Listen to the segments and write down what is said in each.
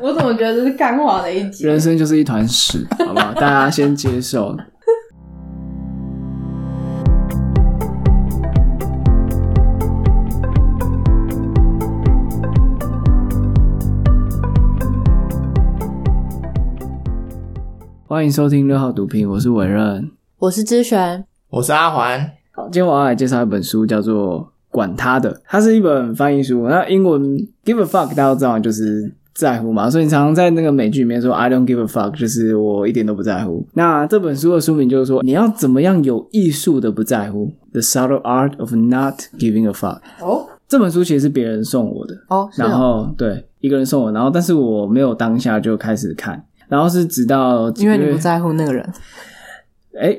我怎么觉得这是干话的一集？人生就是一团屎，好不好？大家先接受。欢迎收听六号毒品，我是伟任。我是知璇，我是阿环，好，今天我要来介绍一本书，叫做《管他的》，它是一本翻译书。那英文 “give a fuck” 大家都知道就是在乎嘛，所以你常常在那个美剧里面说 “I don't give a fuck”，就是我一点都不在乎。那这本书的书名就是说，你要怎么样有艺术的不在乎，The subtle art of not giving a fuck。哦这本书其实是别人送我的，哦，是然哦，后对一个人送我，然后但是我没有当下就开始看，然后是直到几因个为你月不在乎那个人， 哎，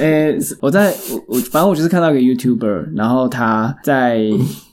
哎，我在我我反正我就是看到一个 YouTuber，然后他在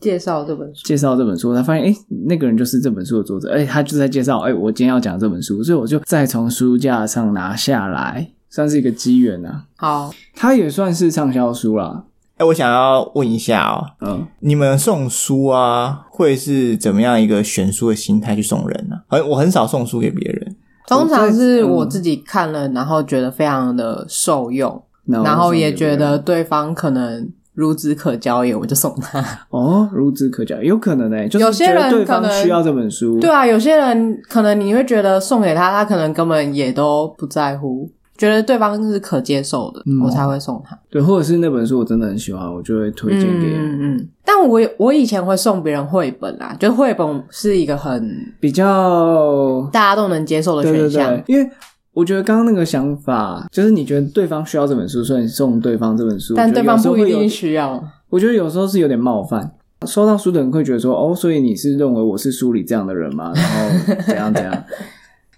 介绍这本书，介绍这本书，他发现哎，那个人就是这本书的作者，哎，他就在介绍哎，我今天要讲这本书，所以我就再从书架上拿下来，算是一个机缘啊。好，它也算是畅销书啦，哎、我想要问一下哦，嗯，你们送书啊，会是怎么样一个选书的心态去送人呢、啊？很我很少送书给别人，通常是嗯我自己看了，然后觉得非常的受用，嗯那我然后也送给觉别人得对方可能孺子可教也，我就送他。 哦，孺子可教，有可能哎、就是有些觉得人对可方能需要这本书，对啊，有些人可能你会觉得送给他，他可能根本也都不在乎，觉得对方是可接受的，嗯我才会送他。对，或者是那本书我真的很喜欢，我就会推荐给人。嗯嗯。但我我以前会送别人绘本啦，就绘本是一个很比较大家都能接受的对选对项。对，因为我觉得刚刚那个想法，就是你觉得对方需要这本书，所以你送对方这本书，但我觉对得方有时候不一会有嗯定需要，我觉得有时候是有点冒犯。收到书的人会觉得说：“哦，所以你是认为我是书里这样的人 吗？”然后怎样怎样。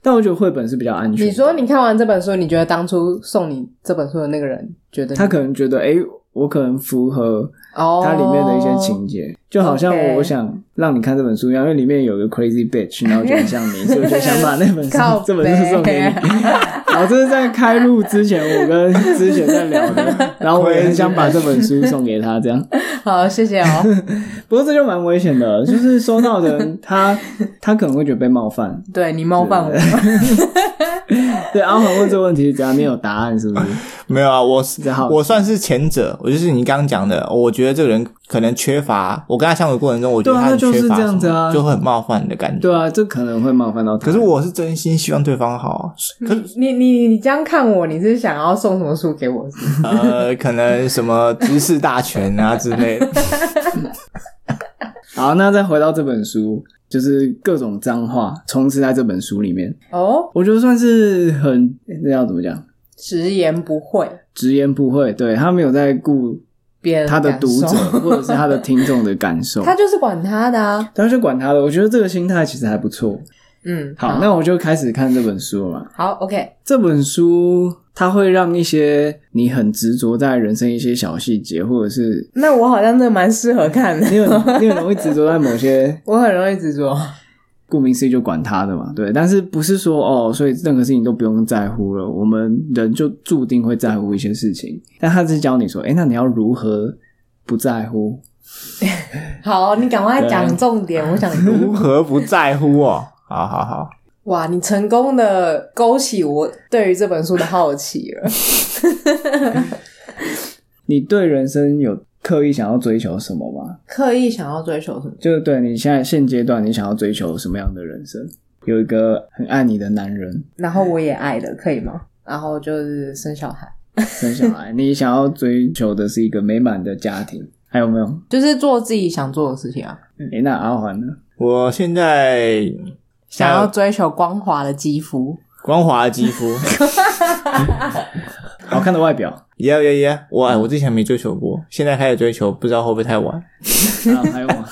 但我觉得绘本是比较安全的。你说你看完这本书，你觉得当初送你这本书的那个人觉得你他可能觉得，哎、我可能符合哦，它里面的一些情节就好像 OK 我想让你看这本书一样，因为里面有个 crazy bitch，然后就很像 你，所以我就想把那本书靠北这本书送给你。 然后这是在开录之前，我跟之前在聊 的，然后我也很想把这本书送给他，这样。 好，谢谢 哦。不过这就蛮危险的，就是收到的人他他可能会觉得被冒犯。对你冒犯我，对，阿黄问这个问题，只要你有答案，是不是？没有啊，我这好我算是前者，我就是你刚刚讲的，我觉得这个人可能缺乏，我跟他相处的过程中，我觉对得啊他很那就缺是乏这样子啊什么就会很冒犯的感觉。对啊，这可能会冒犯到他。可是我是真心希望对方好，啊可是你你你这样看我，你是想要送什么书给我是不是？呃，可能什么知识大全啊之类的。好，那再回到这本书，就是各种脏话充斥在这本书里面。哦，我觉得算是很那要怎么讲，直言不讳，直言不讳，对他没有在顾别人他的感读者受 或者是他的听众的感受，他就是管他的啊。他就管他的。我觉得这个心态其实还不错。嗯，好，那我就开始看这本书了嘛。好，OK，这本书它会让一些你很执着在人生一些小细节，或者是那我好像真的蛮适合看的，你很你很容易执着在某些，我很容易执着。顾名思义就管他的嘛，对。但是不是说哦，所以任何事情都不用在乎了，我们人就注定会在乎一些事情。但他只是教你说，哎，那你要如何不在乎？好，你赶快对讲重点，我想读。如何不在乎哦？好好好，哇，你成功的勾起我对于这本书的好奇 了。你对人生有刻意想要追求什么吗？刻意想要追求什么？就是对你现在现阶段你想要追求什么样的人生？有一个很爱你的男人然后我也爱的，可以吗？然后就是生小孩，生小孩，你想要追求的是一个美满的家庭，还有没有？就是做自己想做的事情啊，诶、那阿环呢？我现在想要还有追求光滑的肌肤。光滑的肌肤，好看的外表耶耶耶！哇，嗯我之前没追求过，现在开始追求，不知道会不会太晚。啊，还有吗？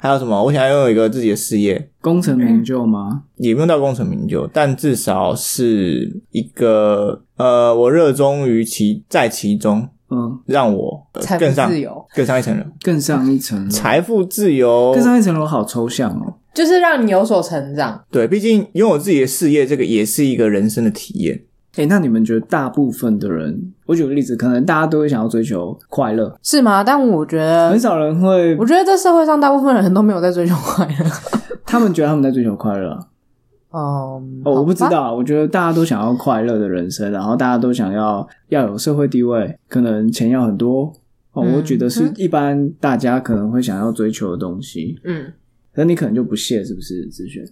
还有什么？我想要拥有一个自己的事业，功成名就吗？也不用到功成名就，但至少是一个呃，我热衷于其在其中，嗯，让我、呃财富更上自由，更上一层楼。更上一层楼。财富自哦由嗯更，上一层楼好抽象哦。就是让你有所成长。对，毕竟拥有自己的事业，这个也是一个人生的体验。哎，那你们觉得大部分的人，我举个例子，可能大家都会想要追求快乐，是吗？但我觉得很，少人会呃我，觉得这社会上大部分人都没有在追求快乐。他们觉得他们在追求快乐啊。嗯， 哦，我不知好吧。道啊，我觉得大家都想要快乐的人生，然后大家都想要要有社会地位，可能钱要很多。哦，嗯我觉得是嗯一般大家可能会想要追求的东西，嗯，那你可能就不屑，是不是？子轩，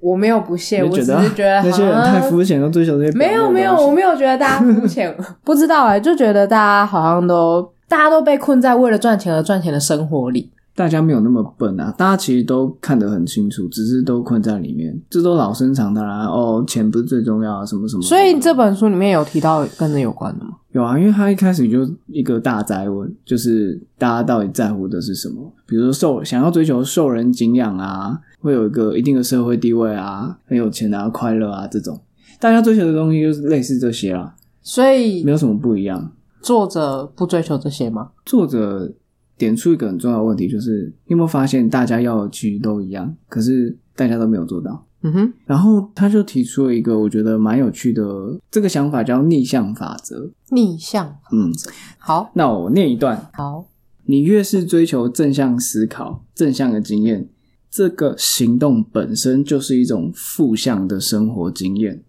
我没有不屑，你我就只觉得啊是觉得那些人好像太肤浅，都追求这些表没面的有东西没有，我没有觉得大家肤 浅，不知道哎、就觉得大家好像都大家都被困在为了赚钱而赚钱的生活里。大家没有那么笨啊，大家其实都看得很清楚，只是都困在里面，这都老生常谈啦、哦，钱不是最重要啊，什么什么。所以这什么本书里面有提到跟这有关的吗？有啊，因为他一开始就一个大灾问，就是大家到底在乎的是什么？比如说受想要追求受人敬仰啊，会有一个一定的社会地位啊，很有钱啊，快乐啊这种，大家追求的东西就是类似这些啦，所以没有什么不一样。作者不追求这些吗？作者点出一个很重要的问题，就是你有没有发现大家要的其实都一样，可是大家都没有做到。嗯哼，然后他就提出了一个我觉得蛮有趣的这个想法，叫逆向法则。逆向嗯，好那我念一段：好，你越是追求正向思考、正向的经验，这个行动本身就是一种负向的生活经验。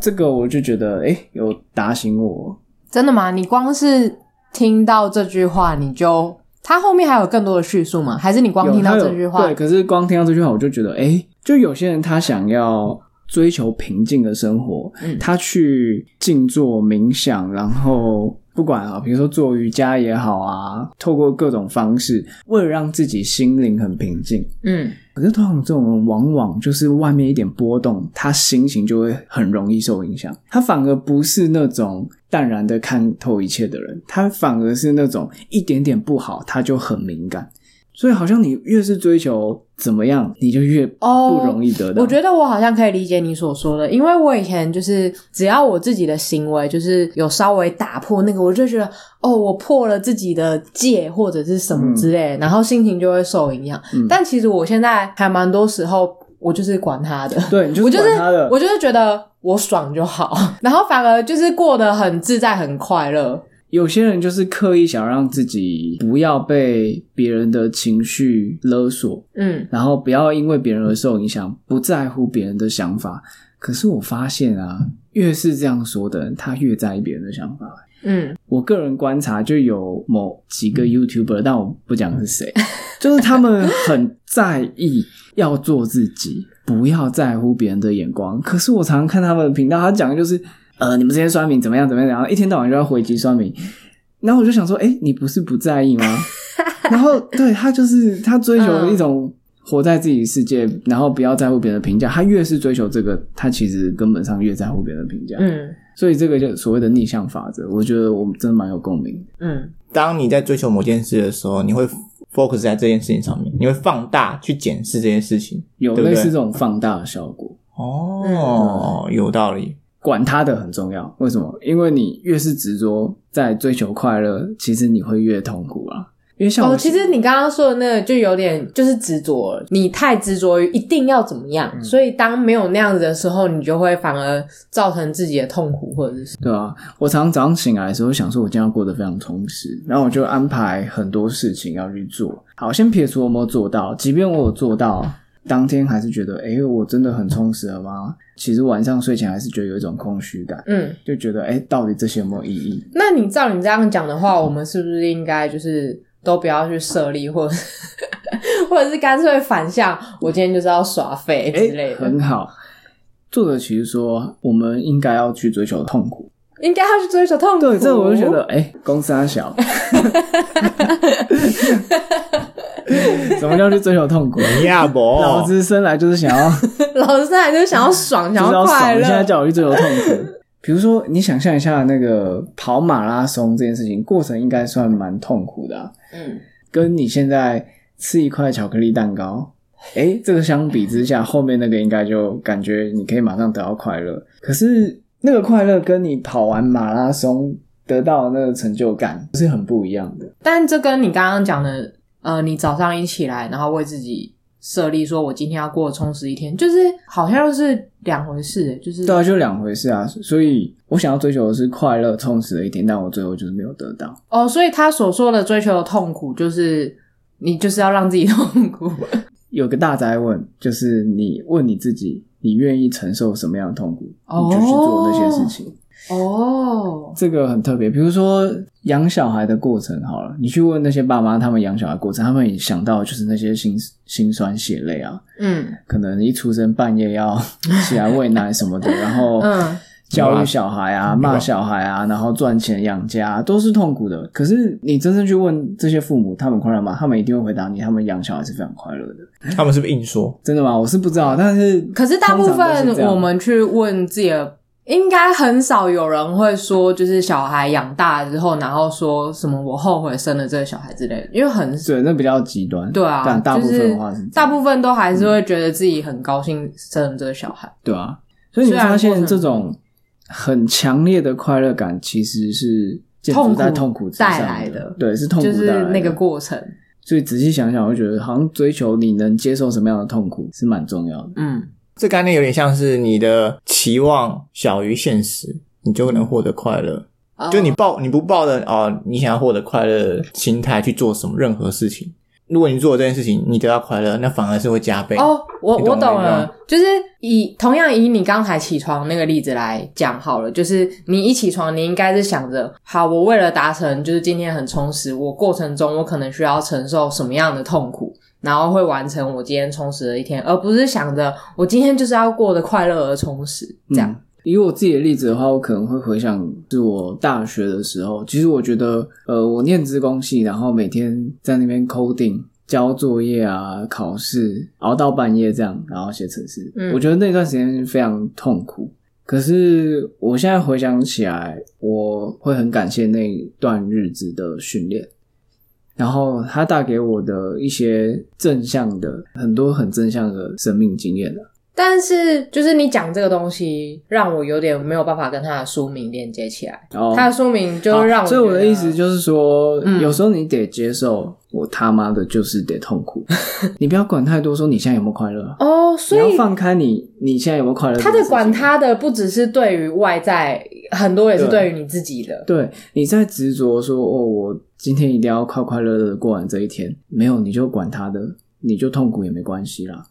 这个我就觉得，哎，有打醒我。真的吗？你光是听到这句话，你就它后面还有更多的叙述吗？还是你光有听到他有这句话对，可是光听到这句话，我就觉得，哎，就有些人他想要追求平静的生活，嗯他去静坐冥想，然后不管啊，比如说做瑜伽也好啊，透过各种方式，为了让自己心灵很平静。嗯，可是通常这种人往往就是外面一点波动，他心情就会很容易受影响。他反而不是那种淡然的看透一切的人，他反而是那种一点点不好他就很敏感。所以好像你越是追求怎么样，你就越哦不容易得到。我觉得我好像可以理解你所说的，因为我以前就是只要我自己的行为就是有稍微打破那个，我就觉得哦，我破了自己的戒或者是什么之类的，然后心情就会受影响。嗯但其实我现在还蛮多时候，我就是管他的， 对，你就我是就是管他的。我就是觉得我爽就好， 然后反而就是过得很自在很快乐。有些人就是刻意想让自己不要被别人的情绪勒索，嗯，然后不要因为别人而受影响，不在乎别人的想法。可是我发现啊，越是这样说的人，他越在意别人的想法。嗯，我个人观察，就有某几个 YouTuber，但我不讲是谁， 就是他们很在意要做自己，不要在乎别人的眼光。可是我常常看他们的频道，他讲的就是呃，你们这些酸民怎么样怎么样，然后一天到晚就要回击酸民。然后我就想说，哎、你不是不在意吗？然后对他就是他追求一种活在自己世界，然后不要在乎别人的评价。他越是追求这个，他其实根本上越在乎别人的评价。嗯所以这个就所谓的逆向法则，我觉得我们真的蛮有共鸣的。嗯当你在追求某件事的时候，你会 focus 在这件事情上面，你会放大去检视这件事情，有对不类似这对？种放大的效果，哦，嗯有道理。管他的很重要。为什么？因为你越是执着在追求快乐，其实你会越痛苦啊。因为像我、哦，其实你刚刚说的那个就有点就是执着了，你太执着于一定要怎么嗯样，所以当没有那样子的时候，你就会反而造成自己的痛苦或者是对啊，我常常早上醒来的时候想说，我今天要过得非常充实，然后我就安排很多事情要去做。好，先撇除我有没有做到，即便我有做到，当天还是觉得，诶，我真的很充实了吗？其实晚上睡前还是觉得有一种空虚感，嗯。就觉得，诶，到底这些有没有意义？那你照你这样讲的话，我们是不是应该就是都不要去设立，或者是 或者是干脆反向，我今天就是要耍废之类的，诶，哎很好。作者其实说，我们应该要去追求痛苦。应该要去追求痛苦。对，这我就觉得，诶，公司还小，什么叫去追求痛苦？尼亚博，老子生来就是想要。 老师还就是想要爽， 就想是要快爽，乐。你现在叫我去追求痛苦。比如说，你想象一下那个跑马拉松这件事情，过程应该算蛮痛苦的啊、嗯，跟你现在吃一块巧克力蛋糕，诶，这个相比之下，后面那个应该就感觉你可以马上得到快乐。可是那个快乐跟你跑完马拉松得到的那个成就感是很不一样的。但这跟你刚刚讲的，呃，你早上一起来，然后为自己设立说我今天要过充实一天，就是好像是两回事，欸就是对啊，就两回事啊。所以我想要追求的是快乐充实的一天，但我最后就是没有得到。哦，所以他所说的追求的痛苦，就是你就是要让自己痛苦。有个大灾问，就是你问你自己，你愿意承受什么样的痛苦，哦你就去做那些事情。哦，这个很特别，比如说养小孩的过程好了，你去问那些爸妈，他们养小孩的过程，他们也想到就是那些辛辛酸血泪啊，嗯可能一出生半夜要起来喂奶什 么的，然后嗯教育小孩啊、骂骂小孩啊，然后赚钱养家都是痛苦的。可是你真正去问这些父母，他们快乐吗？他们一定会回答你，他们养小孩是非常快乐的。他们是不是硬说？真的吗？我是不知道，但是可是大部通常都分是这样我们去问自己的，应该很少有人会说，就是小孩养大之后，然后说什么我后悔生了这个小孩之类的，因为很对那比较极端，对啊，但大部分的话就是是这样大部分都还是会觉得自己很高兴生了这个小孩。对啊，所以你虽然发过现程这种很强烈的快乐感其实是建筑在痛痛苦苦之上带来的的，对，是痛苦就是带来的那个。过程，所以仔细想想，我觉得好像追求你能接受什么样的痛苦是蛮重要的。嗯，这概念有点像是你的期望小于现实，你就能获得快乐。就你哦抱你不抱的哦，你想要获得快乐的心态去做什么任何事情。如果你做了这件事情，你得到快乐，那反而是会加倍。哦，我你我懂懂那个了，就是以同样以你刚才起床那个例子来讲好了，就是你一起床，你应该是想着，好，我为了达成就是今天很充实，我过程中我可能需要承受什么样的痛苦，然后会完成我今天充实的一天，而不是想着我今天就是要过得快乐而充实这样。嗯以我自己的例子的话，我可能会回想是我大学的时候，其实我觉得，呃，我念资工系，然后每天在那边 coding。交作业啊，考试熬到半夜这样，然后写程式。嗯我觉得那段时间非常痛苦。可是我现在回想起来，我会很感谢那段日子的训练，然后它带给我的一些正向的很多很正向的生命经验啊但是，就是你讲这个东西，让我有点没有办法跟他的书名连接起来。然后他的书名就让哦好我，所以我的意思，就是说，嗯有时候你得接受，我他妈的就是得痛 苦，你不要管太多，说你现在有没有快乐啊，哦，所你以要放开你你现在有没有快乐这他件的事情。管他的不只是对于外在，很多也是对于你自己的。对你在执着说哦，我今天一定要快快乐乐的过完这一天，没有你就管他的，你就痛苦也没关 系啦。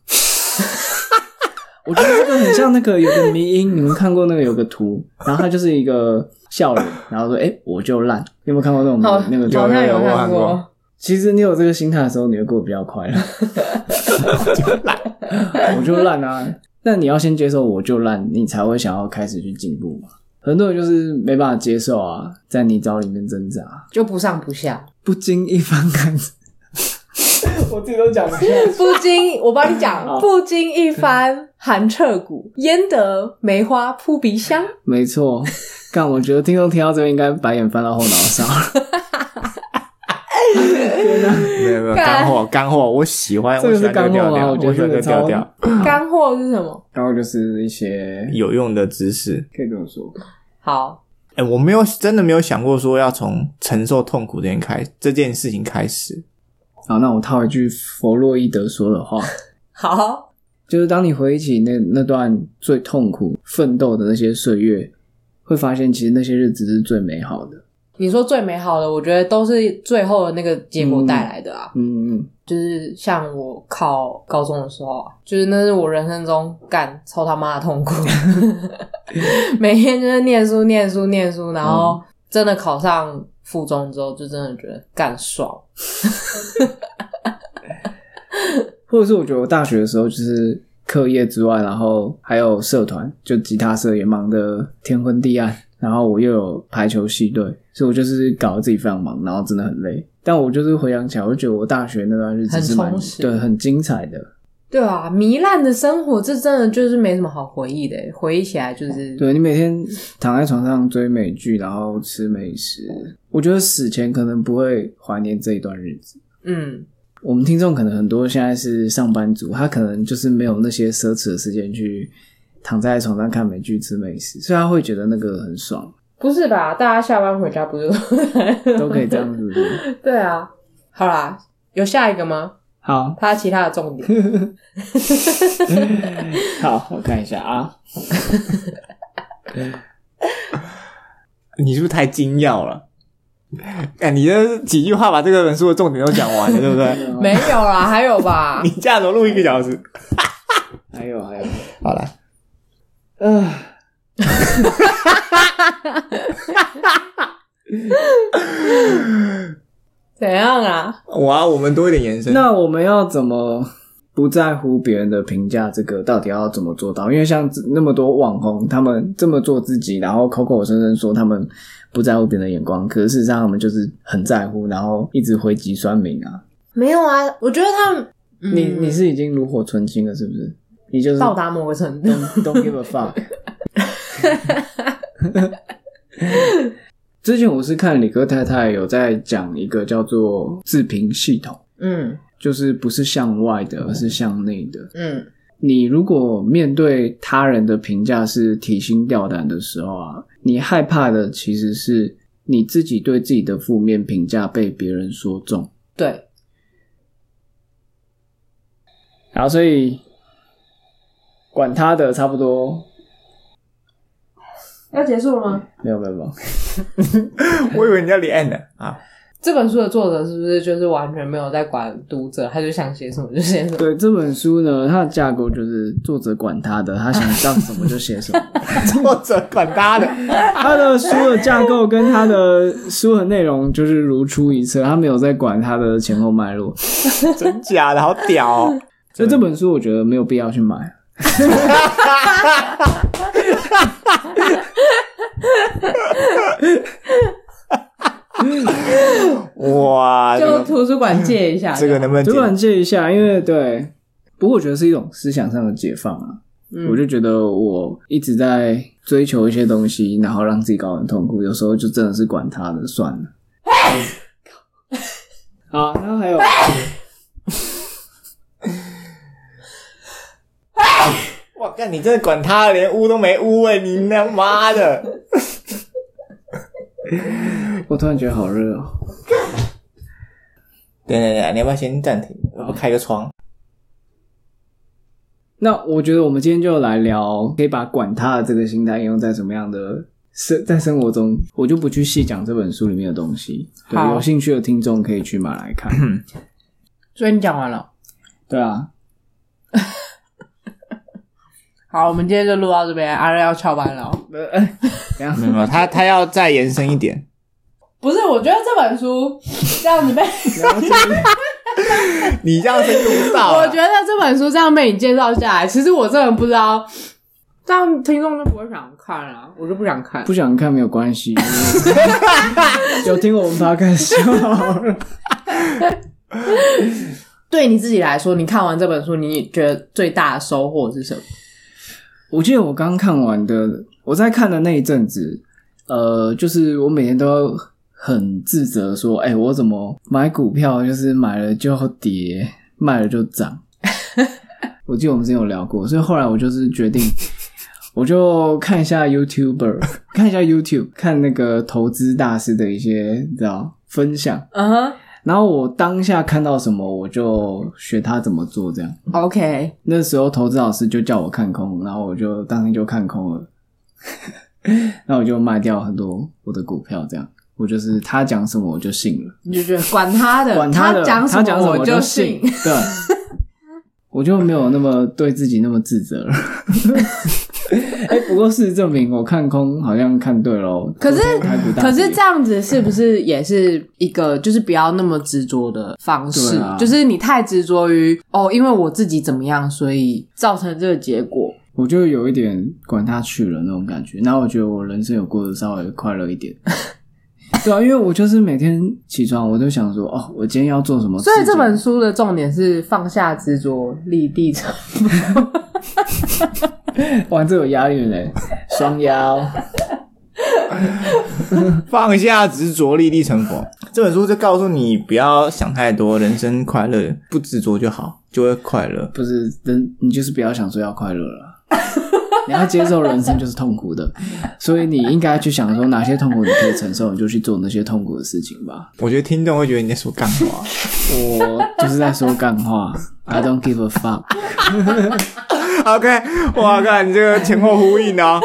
我觉得这个很像那个有个迷音，你们看过那个有个图，然后它就是一个笑脸，然后说：“哎、我就烂。”你有没有看过那种好，嗯那个图好像有有有看我看过。其实你有这个心态的时候，你会过得比较快乐。啊 我就烂啊！那你要先接受我就烂，你才会想要开始去进步嘛。很多人就是没办法接受啊，在泥沼里面挣扎，就不上不下， 不经一番看。 我自己都讲不下去。不经我帮你讲，不经一番寒彻骨，焉得梅花扑鼻 香？没错，干，我觉得听众听到这边应该白眼翻到后脑勺了。没有没有干干货干货，我喜欢，这我个喜是欢这干个货调吗？调，我觉得喜这欢这个个超调调，干货是什么？ 然后就是一些有用的知识。可以这么说，好，哎，我没有真的没有想过说要从承受痛苦这件开这件事情开始。好，那我套一句弗洛伊德说的话。好，就是当你回忆起那那段最痛苦、奋斗的那些岁月，会发现其实那些日子是最美好的。你说最美好的，我觉得都是最后的那个结果带来的啊。嗯嗯，就是像我考高中的时候啊，就是那是我人生中干超他妈的痛苦， 每天就是念书念书念书，然后嗯真的考上附中之后，就真的觉得干爽。或者是我觉得我大学的时候，就是课业之外，然后还有社团，就吉他社也忙得天昏地暗，然后我又有排球系队，所以我就是搞得自己非常忙，然后真的很累。但我就是回想起来，我就觉得我大学那段日子是蛮很充实对很精彩的。对啊，糜烂的生活，这真的就是没什么好回忆的欸，回忆起来就是对你每天躺在床上追美剧，然后吃美食，我觉得死前可能不会怀念这一段日子。嗯，我们听众可能很多现在是上班族，他可能就是没有那些奢侈的时间去躺在床上看美剧、吃美食，所以他会觉得那个很爽，不是吧？大家下班回家 不是都都可以这样子。对啊，好啦，有下一个吗？好他其他的重 点，好，我看一下啊，你是不是太精要了？哎，你这几句话把这个本书的重点都讲完了，对不 对？啊没有啦，还有 吧你？这样怎么录一个小时？还有还有，好了，呃，怎样啊？我啊，我们多一点延伸。那我们要怎么不在乎别人的评价？这个到底要怎么做到？因为像那么多网红，他们这么做自己，然后口口声声说他们不在乎别人的眼光，可是事实上他们就是很在乎，然后一直回击酸民啊。没有啊，我觉得他们，嗯你你是已经炉火纯青了，是不是？你就是到达某个程度， Don't don't give a fuck。之前我是看理科太太有在讲一个叫做自评系统，嗯就是不是向外的，而是向内的。嗯你如果面对他人的评价是提心吊胆的时候啊，你害怕的其实是你自己对自己的负面评价被别人说中。对，然后所以管他的，差不多要结束了吗？没有没有没有。我以为你要离岸呢啊， 这本书的作者是不是就是完全没有在管读者，他就想写什么就写什么？对这本书呢，它的架构就是作者管他的，他想到什么就写什么。 作者管他的。他的书的架构跟他的书的内容就是如出一辙，他没有在管他的前后脉络。真假的，好屌、哦！所以这本书我觉得没有必要去买。哇，这就个图书馆借 一下，这个能不能主管剪？借一下，因为对，不过我觉得是一种思想上的解放啊。嗯我就觉得我一直在追求一些东西，然后让自己搞得很痛苦，有时候就真的是管他的，算了。 好，然后还有。哇，干你真的管他，连污都没污哎！你他妈的， 我突然觉得好热哦。等等等，你要不要先暂停？我们开个窗。那我觉得我们今天就来聊，可以把管他的这个心态应用在什么样的生在生活中，我就不去细讲这本书里面的东西。对，好有兴趣的听众可以去买来 看。所以你讲完了，对 啊，好，我们今天就录到这边，阿瑞要翘班了哦。呃，哎怎样？没有，他他要再延伸一点。不是，我觉得这本书这样子 被， 你这样深入不到啊、我觉得这本书这样被你介绍下来，其实我真的不知道，这样听众就不会想看了、我就不想看 不。想看没有关系，有听我们 podcast 就好了。 对你自己来说，你看完这本书，你觉得最大的收获是什么？我记得我刚看完的，我在看的那一阵子，呃，就是我每天都很自责，说，哎、我怎么买股票就是买了就跌，卖了就涨。 我记得我们之前有聊过，所以后来我就是决定， 我就看一下 YouTuber，看一下 YouTube，看那个投资大师的一些你知道分享，嗯哼然后我当下看到什么，我就学他怎么做这样。 ，OK，那时候投资老师就叫我看空，然后我就当天就看空了， 那我就卖掉很多我的股票，这样我就是他讲什么我就信了，你就觉得管他的，管他的，讲他讲什么么我就信。对，我就没有那么对自己那么自责了。 哎、不过事实证明，我看空好像看对喽。 可是昨天台股大可是跌这样子是不是也是一个就是不要那么执着的方式？对啊就是你太执着于哦，因为我自己怎么样，所以造成这个结果。我就有一点管他去了那种感觉，然后我觉得我人生有过得稍微快乐一点。 对啊，因为我就是每天起床，我都想说，哦，我今天要做什么事所情。以这本书的重点是放下执着，立地成。 哇，这有押韵嘞，双押哦。放下执着，立地成佛。 这本书就告诉你，不要想太多，人生快乐，不执着就好，就会快乐。 不是，人你就是不要想说要快乐了。你要接受人生就是痛苦的，所以你应该去想说哪些痛苦你可以承受，你就去做那些痛苦的事情吧。我觉得听众会觉得你在说干话。我就是在说干话，I don't give a fuck。 OK，哇，看你这个前后呼应哦。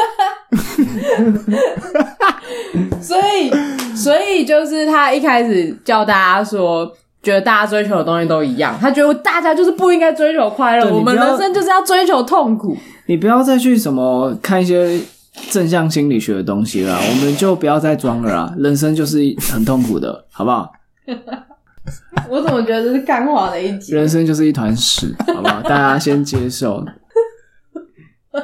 所以，所以就是他一开始叫大家说，觉得大家追求的东西都一样，他觉得大家就是不应该追求快乐，对我们你不要人生就是要追求痛苦。你不要再去什么看一些正向心理学的东西啦，我们就不要再装了啦，人生就是很痛苦的，好不好？我怎么觉得这是干话的一集？人生就是一团屎，好不好？大家先接受。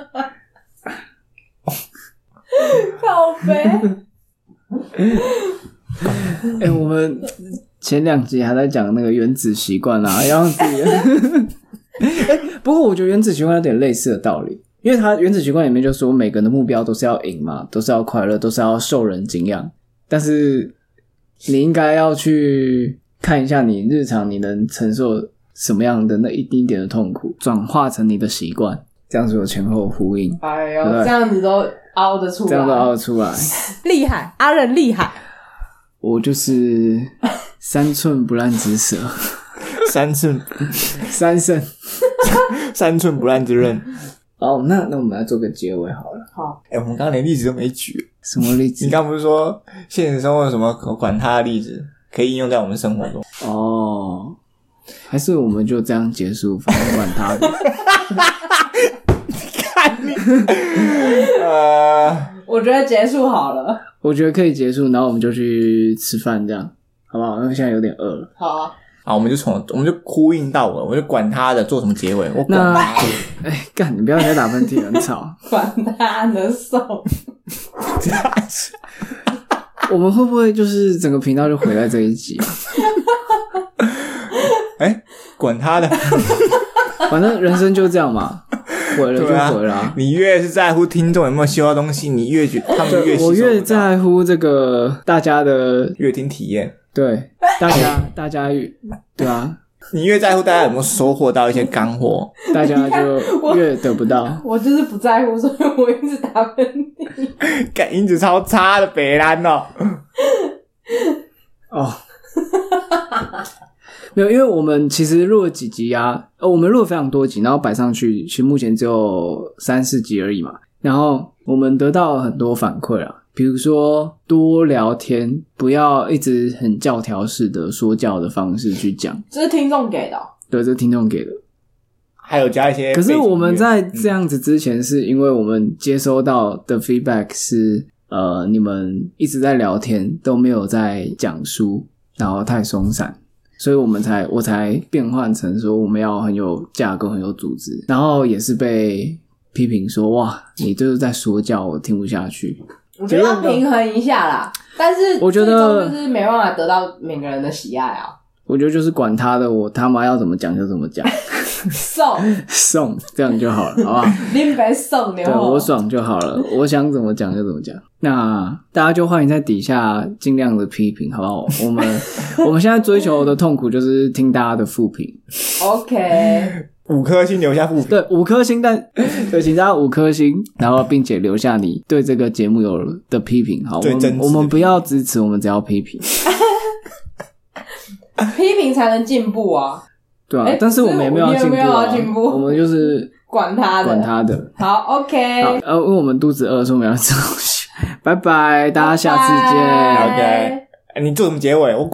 靠背，哎、我们前两集还在讲那个原子习惯啦，然后自己、 哎不过我觉得原子习惯有点类似的道理，因为它原子习惯里面就说每个人的目标都是要赢嘛，都是要快乐，都是要受人敬仰，但是你应该要去看一下你日常你能承受什么样的那一丁点的痛苦，转化成你的习惯，这样子有前后呼应，哎呦，对这样子都凹得出来，这样都熬得出来。厉害，阿仁厉害。我就是三寸不烂之舌， 三寸三胜。三寸不烂之刃。哦，那那我们来做个结尾好了。好，哎、我们刚刚连例子都没举。什么例子你？刚不是说现实生活有什么可管他的例子可以应用在我们生活中？哦，还是我们就这样结束，反正管他 的。呃，我觉得结束好了。我觉得可以结束，然后我们就去吃饭，这样好不好？因为现在有点饿了。好啊，好，我们就从我们就呼应到我，我就管他的做什么结尾，我管那他。 哎，干，你不要再打喷嚏，很吵。管他的手。我们会不会就是整个频道就毁在这一集 啊？哎、管他的。反正人生就这样嘛，毁了就对啊毁了啊、你越是在乎听众有没有修到东西，你 越觉他们越对我吸收不越到在乎这个大家的越听体验，对大家大家对啊，你越在乎大家有没有收获到一些干货。 大家就越得不到。我就是不在乎，所以我一直打喷嚏。感音质超差的北兰哦，哦， 没有，因为我们其实录了几集啊，呃，我们录了非常多集，然后摆上去，其实目前只有三四集而已嘛。然后我们得到了很多反馈啊，比如说多聊天，不要一直很教条式的说教的方式去讲，这是听众给的哦、对，这是听众给的。还有加一些可背景是音乐。嗯我们在这样子之前，是因为我们接收到的 feedback 是，呃，你们一直在聊天，都没有在讲书，然后太松散，所以我们才我才变换成说我们要很有架构、很有组织，然后也是被批评说，哇，你就是在说教，我听不下去。我觉得要平衡一下啦。但是我觉得最终就是没办法得到每个人的喜爱啊。我觉得就是管他的，我他妈要怎么讲就怎么讲， 送送这样就好了，好不好？林北送牛对后，我爽就 好了，我想怎么讲就怎么讲。那大家就欢迎在底下尽量的批评，好不好？我们我们现在追求的痛苦就是听大家的负评， OK，五颗星留下负评，对，五颗星，但 对，请大家五颗星，然后并且留下你对这个节目有的批评，好，最我真挚们的我们不要支持，我们只要批评，批评才能进步啊！对啊，哎但是我们也没有你有进步、没有要啊，进步我们就是管他的，管他的。好好 OK，，呃，因为我们肚子饿，所以我们要吃东西。拜拜，大家下次见。拜拜 OK 哎你做什么结尾？我